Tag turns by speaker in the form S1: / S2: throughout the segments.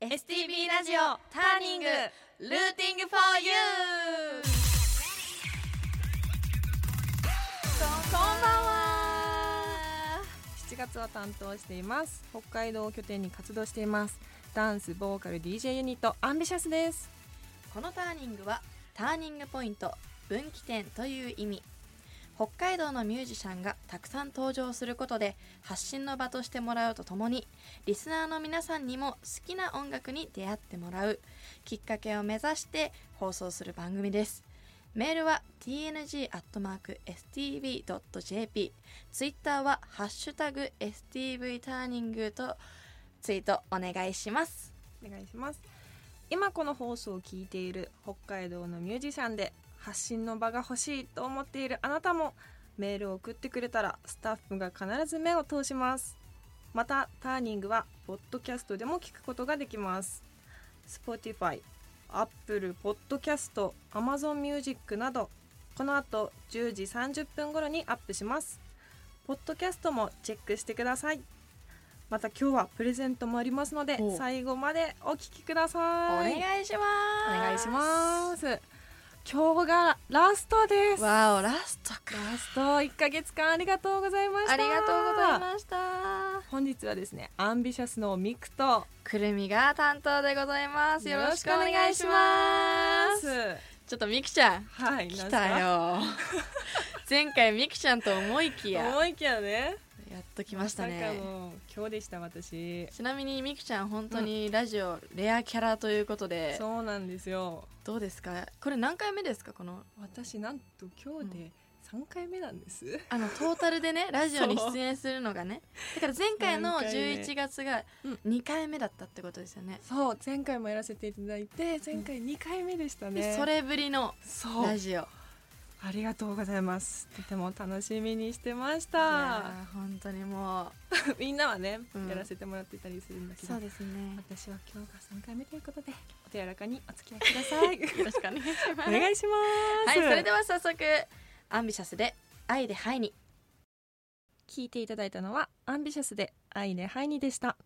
S1: STB ラジオターニングルーティングフォーユーこんばんは
S2: 7月は担当しています北海道を拠点に活動していますダンスボーカル DJ ユニットアンビシャスです
S1: このターニングはターニングポイント分岐点という意味北海道のミュージシャンがたくさん登場することで発信の場としてもらうとともにリスナーの皆さんにも好きな音楽に出会ってもらうきっかけを目指して放送する番組ですメールは tng.stv.jp ツイッターは「ハッシュタグ #stv ターニング」とツイートお願いします
S2: お願いします今この放送を聞いている北海道のミュージシャンで発信の場が欲しいと思っているあなたもメールを送ってくれたらスタッフが必ず目を通しますまたターニングはポッドキャストでも聞くことができます Spotify、Apple Podcast、Amazon Music などこの後10時30分頃にアップしますポッドキャストもチェックしてくださいまた今日はプレゼントもありますので
S1: お
S2: 最後までお聞きくだ
S1: お
S2: さい
S1: 願いします
S2: お願いします。今日がラストです。ラ
S1: わおラストか
S2: スト一ヶ月間ありがとうございました。
S1: ありがとうございました
S2: す。本日はですね、アンビシャスのミクと
S1: くるみが担当でございますよろしくお願いしますちょっとみきちゃん
S2: はい、
S1: 来たよ 前回みきちゃんと思いき
S2: なんすか。
S1: や
S2: 思いきやね。
S1: やっと来ました
S2: なん
S1: ね
S2: かもう今日でした私。
S1: ちなみにみきちゃん本当にラジオレアキャラということで、
S2: そうなんですよ。
S1: どうですかこれ何回目ですかこの
S2: 私なんと今日で三回目なんです。
S1: あのトータルで ねラジオに出演するのがねだから前回の
S2: 何回目
S1: 11月が
S2: うん
S1: 2回目だったってことですよね
S2: そう、前回もやらせていただいて、前回二回目でしたね。
S1: でそれぶりの
S2: そう。
S1: ラジオい
S2: ありがとうございます。とても楽しみにしてました。
S1: やー本当にも
S2: みんなはね、
S1: うん
S2: やらせてもらってたりするんだ
S1: う
S2: けど、
S1: そうですね
S2: 私は今日が三回目という ことで、お手柔らかにお付き合いくだ さい。
S1: よろしくお願いしま
S2: お
S1: す
S2: 願いしま
S1: はい
S2: す。
S1: それでは早速アンビシャスで愛でハイに
S2: 聞いていただいたのはアンビシャスで愛でハイニでした。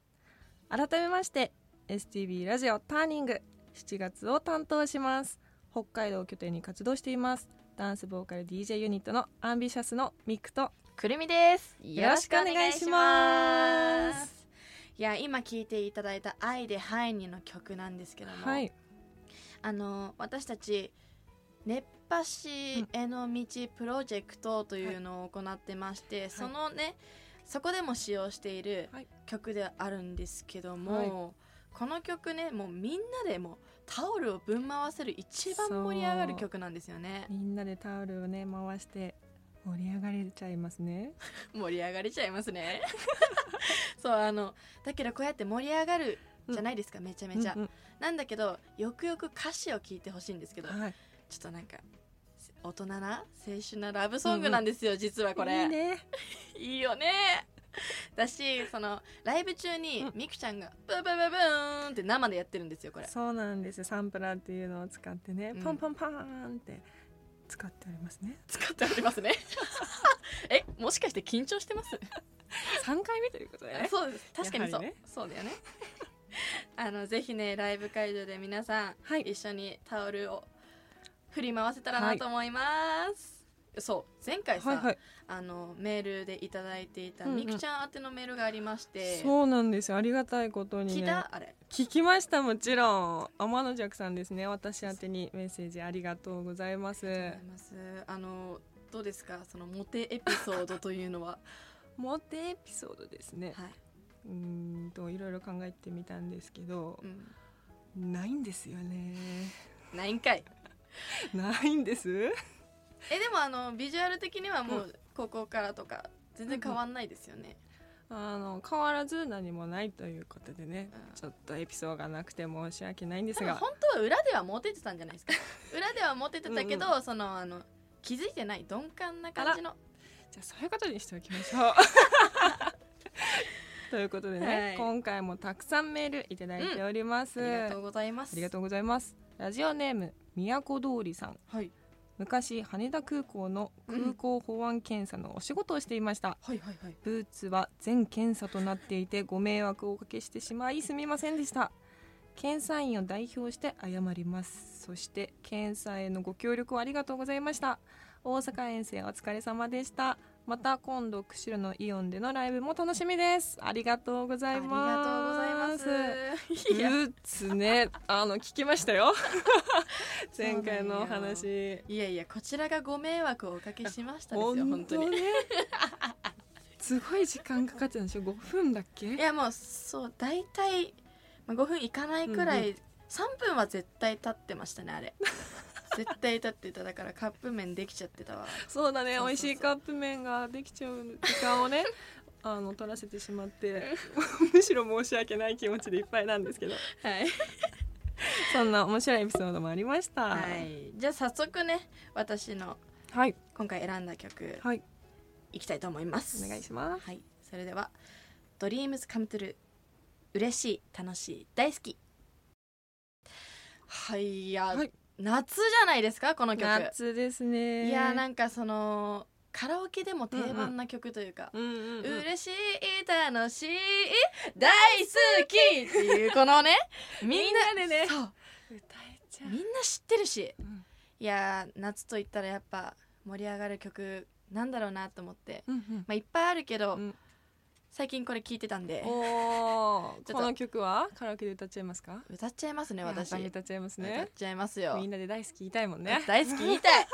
S2: 改めまして STB ラジオターニング7月を担当します。北海道を拠点に活動しています。ダンスボーカル DJ ユニットのアンビシャスのミクと
S1: くるみです
S2: よろしくお願いします
S1: いや今聴いていただいた「愛でハイに」の曲なんですけども、
S2: はい
S1: あの私たち熱波師への道プロジェクトというのを行ってまして、そのねそこでも使用している
S2: はい
S1: 曲であるんですけども、この曲ねもうみんなでもうタオルをぶん回せる一番盛り上がる曲なんですよね
S2: みんなでタオルをね回して盛り上がれちゃいますね。
S1: 盛り上がれちゃいます ねそうあのだけどこうやって盛り上がる じゃないですか、めちゃめちゃ、
S2: うん
S1: なんだけどよくよく歌詞を聞いてほしいんですけ
S2: う
S1: ど
S2: んはい、
S1: ちょっとなんか大人な青春なラブソングなんですよ、実 はこれ
S2: いいね。
S1: いいよねだしそのライブ中に
S2: うん
S1: みくちゃんがブーブーブーブーンって生でやってるんですよこれ
S2: そうなんです。サンプラーっていうのを使ってね、
S1: うん
S2: パンパンパーンって使っておりま すね。
S1: 使ってありますねえもしかして緊張してます
S2: 三回目ということでね。
S1: そうです確かにそう、
S2: やはりね
S1: そうだよね あのぜひねライブ会場で皆さん、
S2: はい
S1: 一緒にタオルを振り回せたらなと思います、そう前回さ、
S2: はいはい。
S1: あのメールでいただいていた
S2: うんうん
S1: みくちゃん宛てのメールがありまして、
S2: そうなんですよ。ありがたいことに
S1: 聞い
S2: ね。
S1: たあれ
S2: 聞きましたもちろん。天野弱さんですね。私宛てにメッセージありがとうございます。
S1: ありがとうございますあのどうですかそのモテエピソードというの は
S2: モテエピソードですね。
S1: はい、
S2: うーんといろいろ考えてみたんですけど
S1: う、ん、
S2: ないんですよね。
S1: ないんかい
S2: ないんです。
S1: えでもあのビジュアル的にはもう高校からとか全然変わんないですよね、
S2: あの変わらず何もないということでね、
S1: うん
S2: ちょっとエピソードがなくて申し訳ないんで
S1: 多
S2: す
S1: 分
S2: が
S1: 本当は裏ではモテてたんじゃないで すか裏ではモテてたけど
S2: う
S1: そのあの気づいてない鈍感な感じの、
S2: じゃあそういうことにしておきましょう。ということでね、
S1: はい
S2: 今回もたくさんメールいただいております、
S1: ありがとう
S2: あ
S1: ございます
S2: りがとうございますラジオネーム宮古通りさん
S1: はい、
S2: 昔羽田空港の空港保安検査のお仕事をしていました、
S1: はいはいはい
S2: ブーツは全検査となっていてご迷惑をおかけしてしまいすみませんでした検査員を代表して謝りますそして検査へのご協力をありがとうございました大阪遠征お疲れ様でしたまた今度釧路のイオンでのライブも楽しみですありがとうござ
S1: あ
S2: い
S1: りが
S2: ます
S1: とうございます。
S2: ブーツねあの聞きました よ前回の
S1: そ
S2: お
S1: うなんよ
S2: 話
S1: いやいやこちらがご迷惑をおかけしましたですよ
S2: 本
S1: 本当
S2: 当
S1: に。
S2: ねすごい時間かかってたんでしょ5分だっけ
S1: いやもうそう大体まあ5分いかないくら
S2: うん
S1: い、三3分は絶対経ってましたねあれ。 絶対経ってただからカップ麺できちゃってたわ。
S2: そうだね
S1: そうそうそう
S2: 美味しいカップ麺ができちゃう時間を ねあの取らせてしまって むしろ申し訳ない気持ちでいっぱいなんですけど
S1: はい。
S2: そんな面白いエピソードもありました
S1: はい、じゃあ早速ね私の
S2: はい、
S1: 今回選んだ曲
S2: はい
S1: いきたいと思います。
S2: お願いします
S1: はい、それでは「Dreams Come True」嬉しい楽しい大好きはいいや、
S2: はい
S1: 夏じゃないですかこの曲
S2: 夏ですね
S1: いやなん
S2: か
S1: んかそのカラオケでも定番な曲というか、
S2: うんうん、うん、
S1: 嬉しい楽しい大好きっていうこのねみ
S2: み
S1: ん
S2: ん
S1: な
S2: なでね
S1: そう
S2: 歌えちゃ
S1: みん
S2: う
S1: な知ってるし
S2: うん
S1: いやー夏といったらやっぱ盛り上がる曲なんだろうなと思って、
S2: うんうん
S1: まあ、いっぱいあるけど、
S2: うん
S1: 最近これ聞いてたんでち
S2: お
S1: ょ
S2: ー
S1: っと
S2: この曲はカラオケで歌っちゃいますか
S1: 歌っちゃいますね
S2: 簡
S1: 私
S2: 単に
S1: 歌
S2: 歌っちゃいます
S1: っ
S2: ね
S1: ちゃいますよ
S2: みんなで大好き言いたいもんね
S1: 大好き言いたい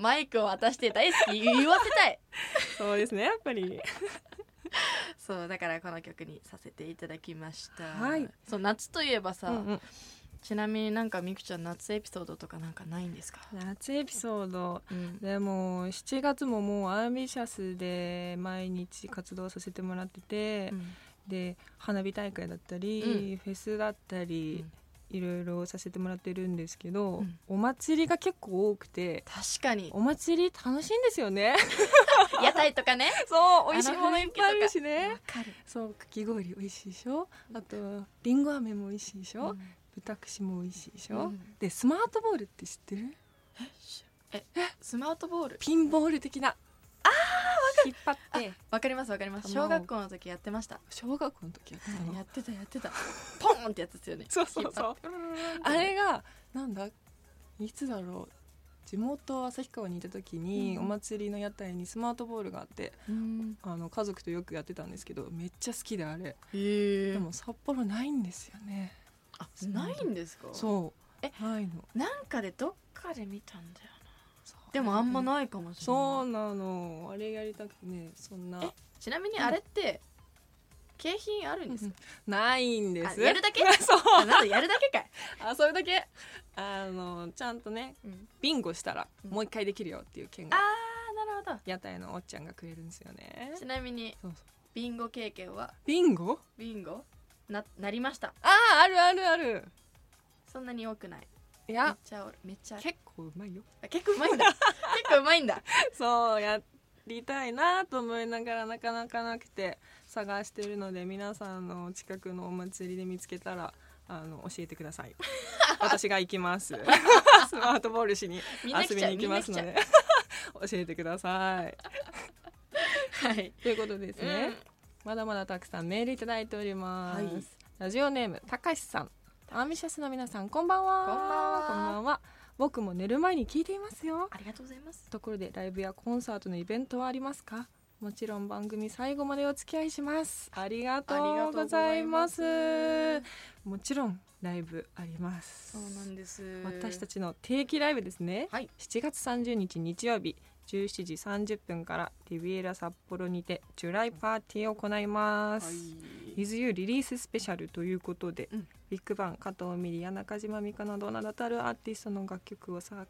S1: マイクを渡して大好き言わせたい
S2: そうですねやっぱり
S1: そうだからこの曲にさせていただきました、
S2: はい
S1: そう夏といえばさ、
S2: うんうん
S1: ちなみになんかみくちゃん夏エピソードとかなんかないんですか、
S2: 夏エピソード
S1: うん、
S2: でも7月ももうアンビシャスで毎日活動させてもらってて、で花火大会だったり、フェスだったり、いろいろさせてもらってるんですけど、
S1: うん
S2: お祭りが結構多くて
S1: 確かに
S2: お祭り楽しいんですよ ね
S1: 屋台とかね
S2: そう
S1: 美味しいものいっぱいあるし
S2: ね
S1: かる、
S2: そうかき氷美味しいでしょあとりんご飴も美味しいでしょ、豚串も美味しいでし
S1: う
S2: ょ、
S1: ん
S2: でスマートボールって知ってる
S1: えスマートボール
S2: ピンボール的なあーわか引っ張って
S1: わかりますわかります
S2: あの
S1: 小学校の時やってました
S2: 小学校の時やってたの
S1: やってたやってたポンってやつですよね
S2: そうそう
S1: 引っ張
S2: そうあれがなんだいつだろう地元旭川にいた時に、
S1: うん
S2: お祭りの屋台にスマートボールがあって
S1: うん
S2: あの家族とよくやってたんですけどめっちゃ好きであれ
S1: へえ
S2: でも札幌ないんですよね
S1: あないんですか
S2: そう
S1: え
S2: ないの
S1: なんかでどっかで見たんだよな
S2: そう
S1: でもあんまないかもしれ
S2: そ
S1: な
S2: う
S1: い
S2: なのあれやりたくてねそんな
S1: えちなみにあれって景品あるんですか
S2: ないんです
S1: あやるだけ
S2: そう
S1: あなんだやるだけかい
S2: あそれだけあのちゃんとね
S1: うん
S2: ビンゴしたら
S1: うん
S2: もう一回できるよっていう券
S1: あ
S2: が
S1: ーなるほ
S2: 屋台のおっちゃんがくれるんですよね
S1: どちなみに
S2: そうそう
S1: ビンゴ経験は
S2: ビンゴ
S1: ビンゴななりました
S2: あああるあるある
S1: そんなに多くない
S2: い
S1: めっ
S2: や
S1: ちゃおるめっちゃある
S2: 結構うまいよ
S1: あ結構うまいんだ結構うまいんだ
S2: そうやりたいなと思いながらなかなかなくて探してるので皆さんの近くのお祭りで見つけたらあの教えてくだ さい私が行きます スマートボールしに
S1: みんな来ち
S2: 遊
S1: ゃう
S2: びに行きますので 教えてください
S1: はい
S2: ということですね、
S1: うん
S2: まだまだたくさんメールいただいております、
S1: はい
S2: ラジオネームたかしさんアンビシャスの皆さんこんばん
S1: こ
S2: は
S1: んばんは
S2: こんばんは僕も寝る前に聞いていますよ
S1: ありがとうございます
S2: ところでライブやコンサートのイベントはありますかもちろん番組最後までお付き合いしますありがとうございます
S1: ありがとうございま
S2: もちろんライブあります
S1: そうなんです
S2: 私た
S1: ち
S2: ちの定期ライブですね、
S1: はい
S2: 7月30日日曜日17時30分からリビエラ札幌にてジュライパーティーを行います、With You リリーススペシャルということで、
S1: うん
S2: ビッグバン加藤ミリや中島美香など名だたるアーティストの楽曲をさ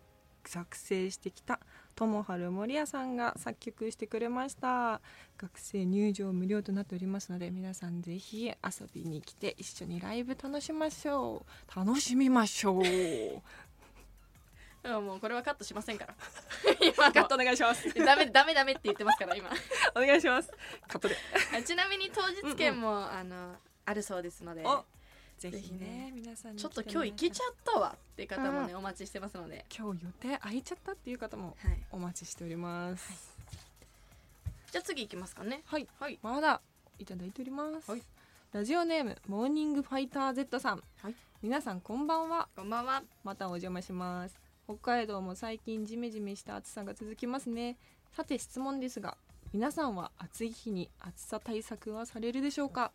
S2: 作成してきた友春森也さんが作曲してくれました学生入場無料となっておりますので皆さんぜひ遊びに来て一緒にライブ楽しましょう楽しみま しょう
S1: もうこれはカットしません から今
S2: カ
S1: カッ
S2: ッ
S1: ト
S2: トお願いします
S1: ダメダメダメって言ってますから今
S2: お願いしますカットで
S1: あちなみに当日券も、あのあるそうですので
S2: おぜ
S1: ひね
S2: ひね皆さんに
S1: ちょっと今日行けちゃ
S2: ゃ
S1: ったわっていう方もねお待ちしてますので、
S2: 今日予定空いちゃったっていう方も
S1: はい、
S2: お待ちしております、
S1: じゃあ次行きますかね
S2: はい
S1: はい
S2: まだいただいております。
S1: はい
S2: ラジオネームモーニングファイター Z さん、
S1: はい
S2: 皆さんこんばんは
S1: こんばんは。
S2: またお邪魔します北海道も最近ジメジメした暑さが続きますねさて質問ですが皆さんは暑い日に暑さ対策はされるでしょうか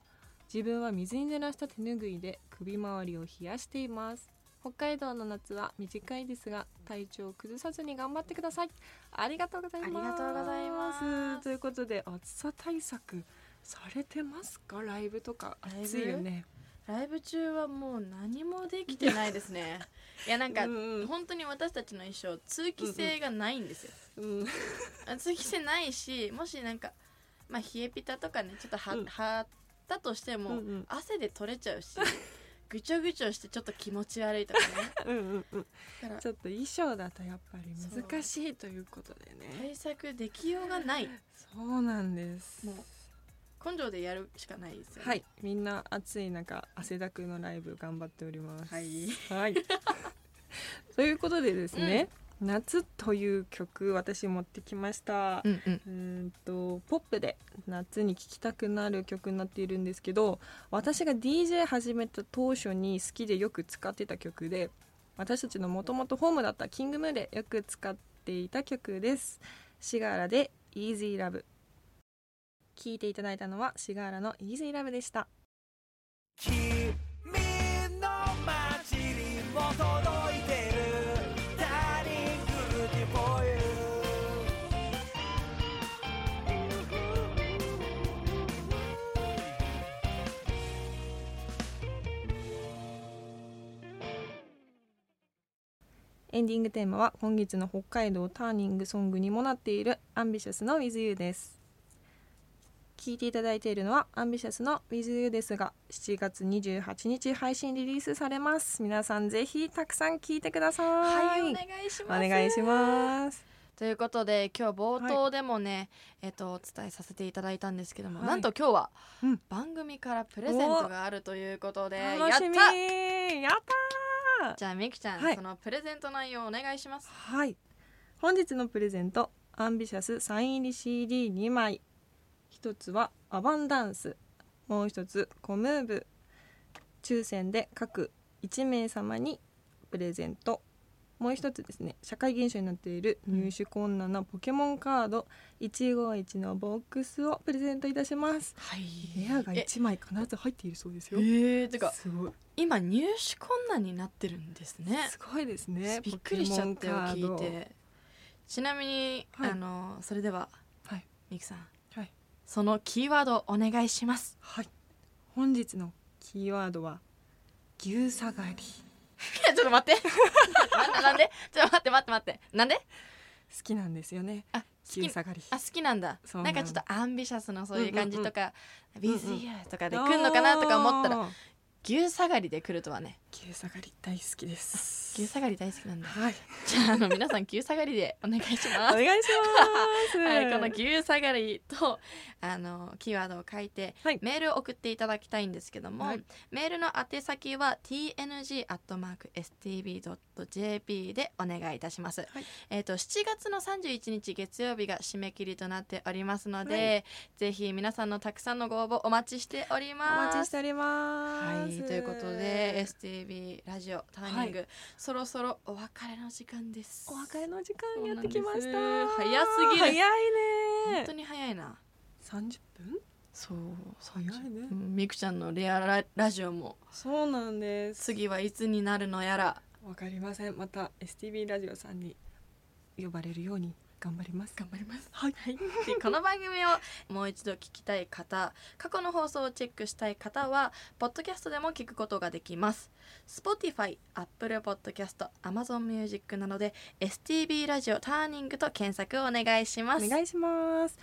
S2: 自分は水に濡らした手ぬぐいで首周りを冷やしています北海道の夏は短いですが体調を崩さずに頑張ってくださいありがとうございます
S1: ありがとうございます
S2: ということで暑さ対策されてますかライブとか
S1: ライブ
S2: 暑いよね
S1: ライブ中はもう何もできてないですね。 いやなんか、
S2: うんうん
S1: 本当に私たちの衣装通気性がないんですよ。
S2: うん
S1: あ通気性ないし、もしなんかまあ冷えピタとかねちょっとは、
S2: うん
S1: はったとしても、
S2: うんうん
S1: 汗で取れちゃうし、ぐちょぐちょしてちょっと気持ち悪い とかね。
S2: うんうんうん
S1: だから
S2: ちょっと衣装だとやっぱり
S1: そう
S2: 難しいということでね
S1: 対策できようがない。
S2: そうなんです
S1: もう根性でやるしかないですよね。
S2: はいみんな暑い中汗だくのライブ頑張っております
S1: はい
S2: はいということでですね「夏」という曲私持ってきました
S1: うんうん。
S2: うーんとポップで夏に聴きたくなる曲になっているんですけど私が DJ 始めた当初に好きでよく使ってた曲で私たちのもともとホームだったキングムーでよく使っていた曲ですシガーラで Easy Love 聴いていただいたのはシガーラの Easy Love でした
S3: 君の街にも届いてるダーリングディフォーユ
S2: エンディングテーマは今月の北海道ターニングソングにもなっているアンビシャスの With You です聞いていただいているのはアンビシャスの With You ですが7月28日配信リリースされます皆さんぜひたくさん聞いてくださ
S1: はい
S2: い、
S1: お願いします。
S2: お願いします
S1: ということで今日冒頭でもね、えっとお伝えさせていただいたんですけども、
S2: はい
S1: なんと今日は
S2: うん
S1: 番組からプレゼントがあるということで、や
S2: 楽
S1: っ
S2: しみ
S1: た
S2: やったー
S1: じゃあみきちゃん、
S2: はい
S1: そのプレゼント内容お願いします
S2: はい本日のプレゼントアンビシャスサイン入り CD2 枚一つはアバンダンスもう一つコムーブ抽選で各1名様にプレゼントもう一つですね社会現象になっている入手困難なポケモンカード151のボックスをプレゼントいたします
S1: はい
S2: 部屋が1枚必ず入っているそうです
S1: え
S2: よ
S1: えー、てか
S2: すごい
S1: 今入手困難になってるんですね
S2: すごいですね
S1: びっくりしちゃったよ
S2: ポケモンカー
S1: 聞
S2: ド
S1: いてちなみに、
S2: はい
S1: あのそれでは
S2: はい
S1: みきさん
S2: はい
S1: そのキーワードお願いし ます
S2: はい。本日のキーワードは牛下がり。好
S1: いやちょっと待って なんでなんでちょっと待って待って待ってなんで
S2: きなんですよね。
S1: あ好き
S2: 牛下がり。
S1: あ好きなんだ
S2: そう
S1: な
S2: なんの
S1: かちょっとアンビシャスのそういう感じとか「
S2: んうん
S1: BizYou」とかで来るのかなとか思ったら
S2: あー。
S1: 牛下がりで来るとはね
S2: 牛下がり大好きです。
S1: 牛下がり大好きなんだ
S2: はい。
S1: じゃああの皆さん牛下がりでお願いし
S2: お
S1: ます。
S2: 願いします。
S1: はい、この牛下がりと あのキーワードを書いて、
S2: はい
S1: メールを送っていただきたいんですけども、
S2: はい
S1: メールの宛先は tng.stb.jp でお願いいたします、
S2: はい
S1: えっ、と7月の31日月曜日が締め切りとなっておりますので、
S2: は
S1: ぜひ皆さんのたくさんのご応募お待ちしております
S2: お待ちしており
S1: は
S2: ま
S1: い、
S2: す。
S1: ということで STB ラジオターニング、
S2: は
S1: そろそろお別れの時間です
S2: お別れの時間やってきました。
S1: そうなんです早すぎる
S2: 早
S1: 本
S2: い
S1: 当
S2: ね。
S1: に早いな
S2: 三十分？
S1: そう
S2: 早いね
S1: うんみくちゃんのレアララジオも
S2: そうなんです。
S1: 次はいつになるのやら
S2: わかりません。また STB ラジオさんに呼ばれるように頑張ります。
S1: 頑張ります
S2: はい。
S1: でこの番組をもう一度聞きたい 方過去の放送をチェックしたい方はポッドキャストでも聞くことができます Spotify、Apple Podcast、Amazon Music などで STB ラジオターニングと検索をお願いします
S2: お願いします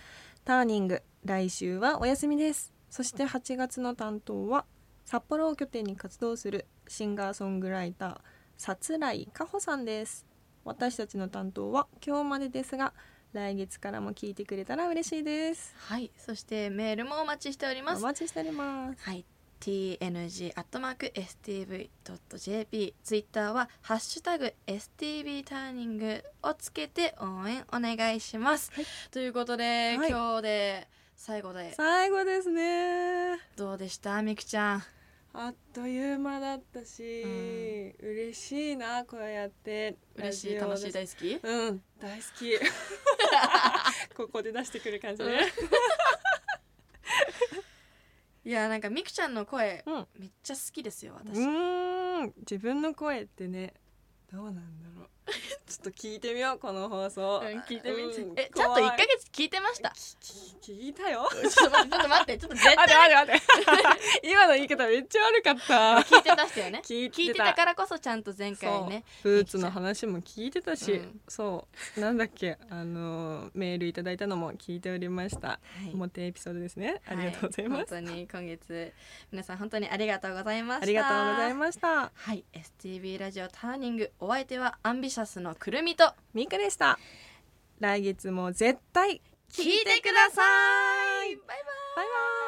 S2: ターニング来週はお休みですそして8月の担当は札幌を拠点に活動するシンガーソングライターさつらいかほさんです私たちの担当は今日までですが来月からも聞いてくれたら嬉しいです
S1: はい、そしてメールもお待ちしており
S2: お
S1: ます。
S2: 待ちしております
S1: はい。tng.stv.jp ツイッターは「ハッシュタグ #stv ターニング」をつけて応援お願いします。
S2: はい
S1: ということで、
S2: はい
S1: 今日で最後で
S2: 最後ですね
S1: どうでしたみくちゃん
S2: あっという間だったし、嬉しいなこうやって
S1: 嬉しい
S2: ラジオ
S1: 楽しい
S2: で
S1: 大好き
S2: うん大好き ここで出してくる感じね
S1: いやなんかみくちゃんの声、
S2: うん
S1: めっちゃ好きですよ
S2: う
S1: 私、
S2: ーん自分の声ってねどうなんだろう ちょっと聞いてみようこの放送、
S1: うん聞いてみて、
S2: うん
S1: えちゃんと1
S2: 怖
S1: ヶ
S2: い
S1: 月聞いてました
S2: 聞聞いた よ
S1: ちょっと待ってちょっと待ってちょっと 絶
S2: 待
S1: 対
S2: って待って待って今の言い方めっちゃ悪かった
S1: 聞いてましたよね
S2: 聞い
S1: 聞いてたからこそちゃんと前回ね
S2: ブーツの話も聞いてたし、
S1: うん
S2: そうなんだっけあのメールいただいたのも聞いておりました
S1: はい
S2: 表エピソードですねありがとうござい
S1: は
S2: ま
S1: 本
S2: す、
S1: 当に今月皆さん本当にありがとうございました
S2: ありがとうござい
S1: す
S2: ました
S1: はい STV ラジオターニングお相手はアンビシャスのくるみと
S2: ミカでした来月も絶対
S1: 聞いてくださいバイバイ
S2: バイバイ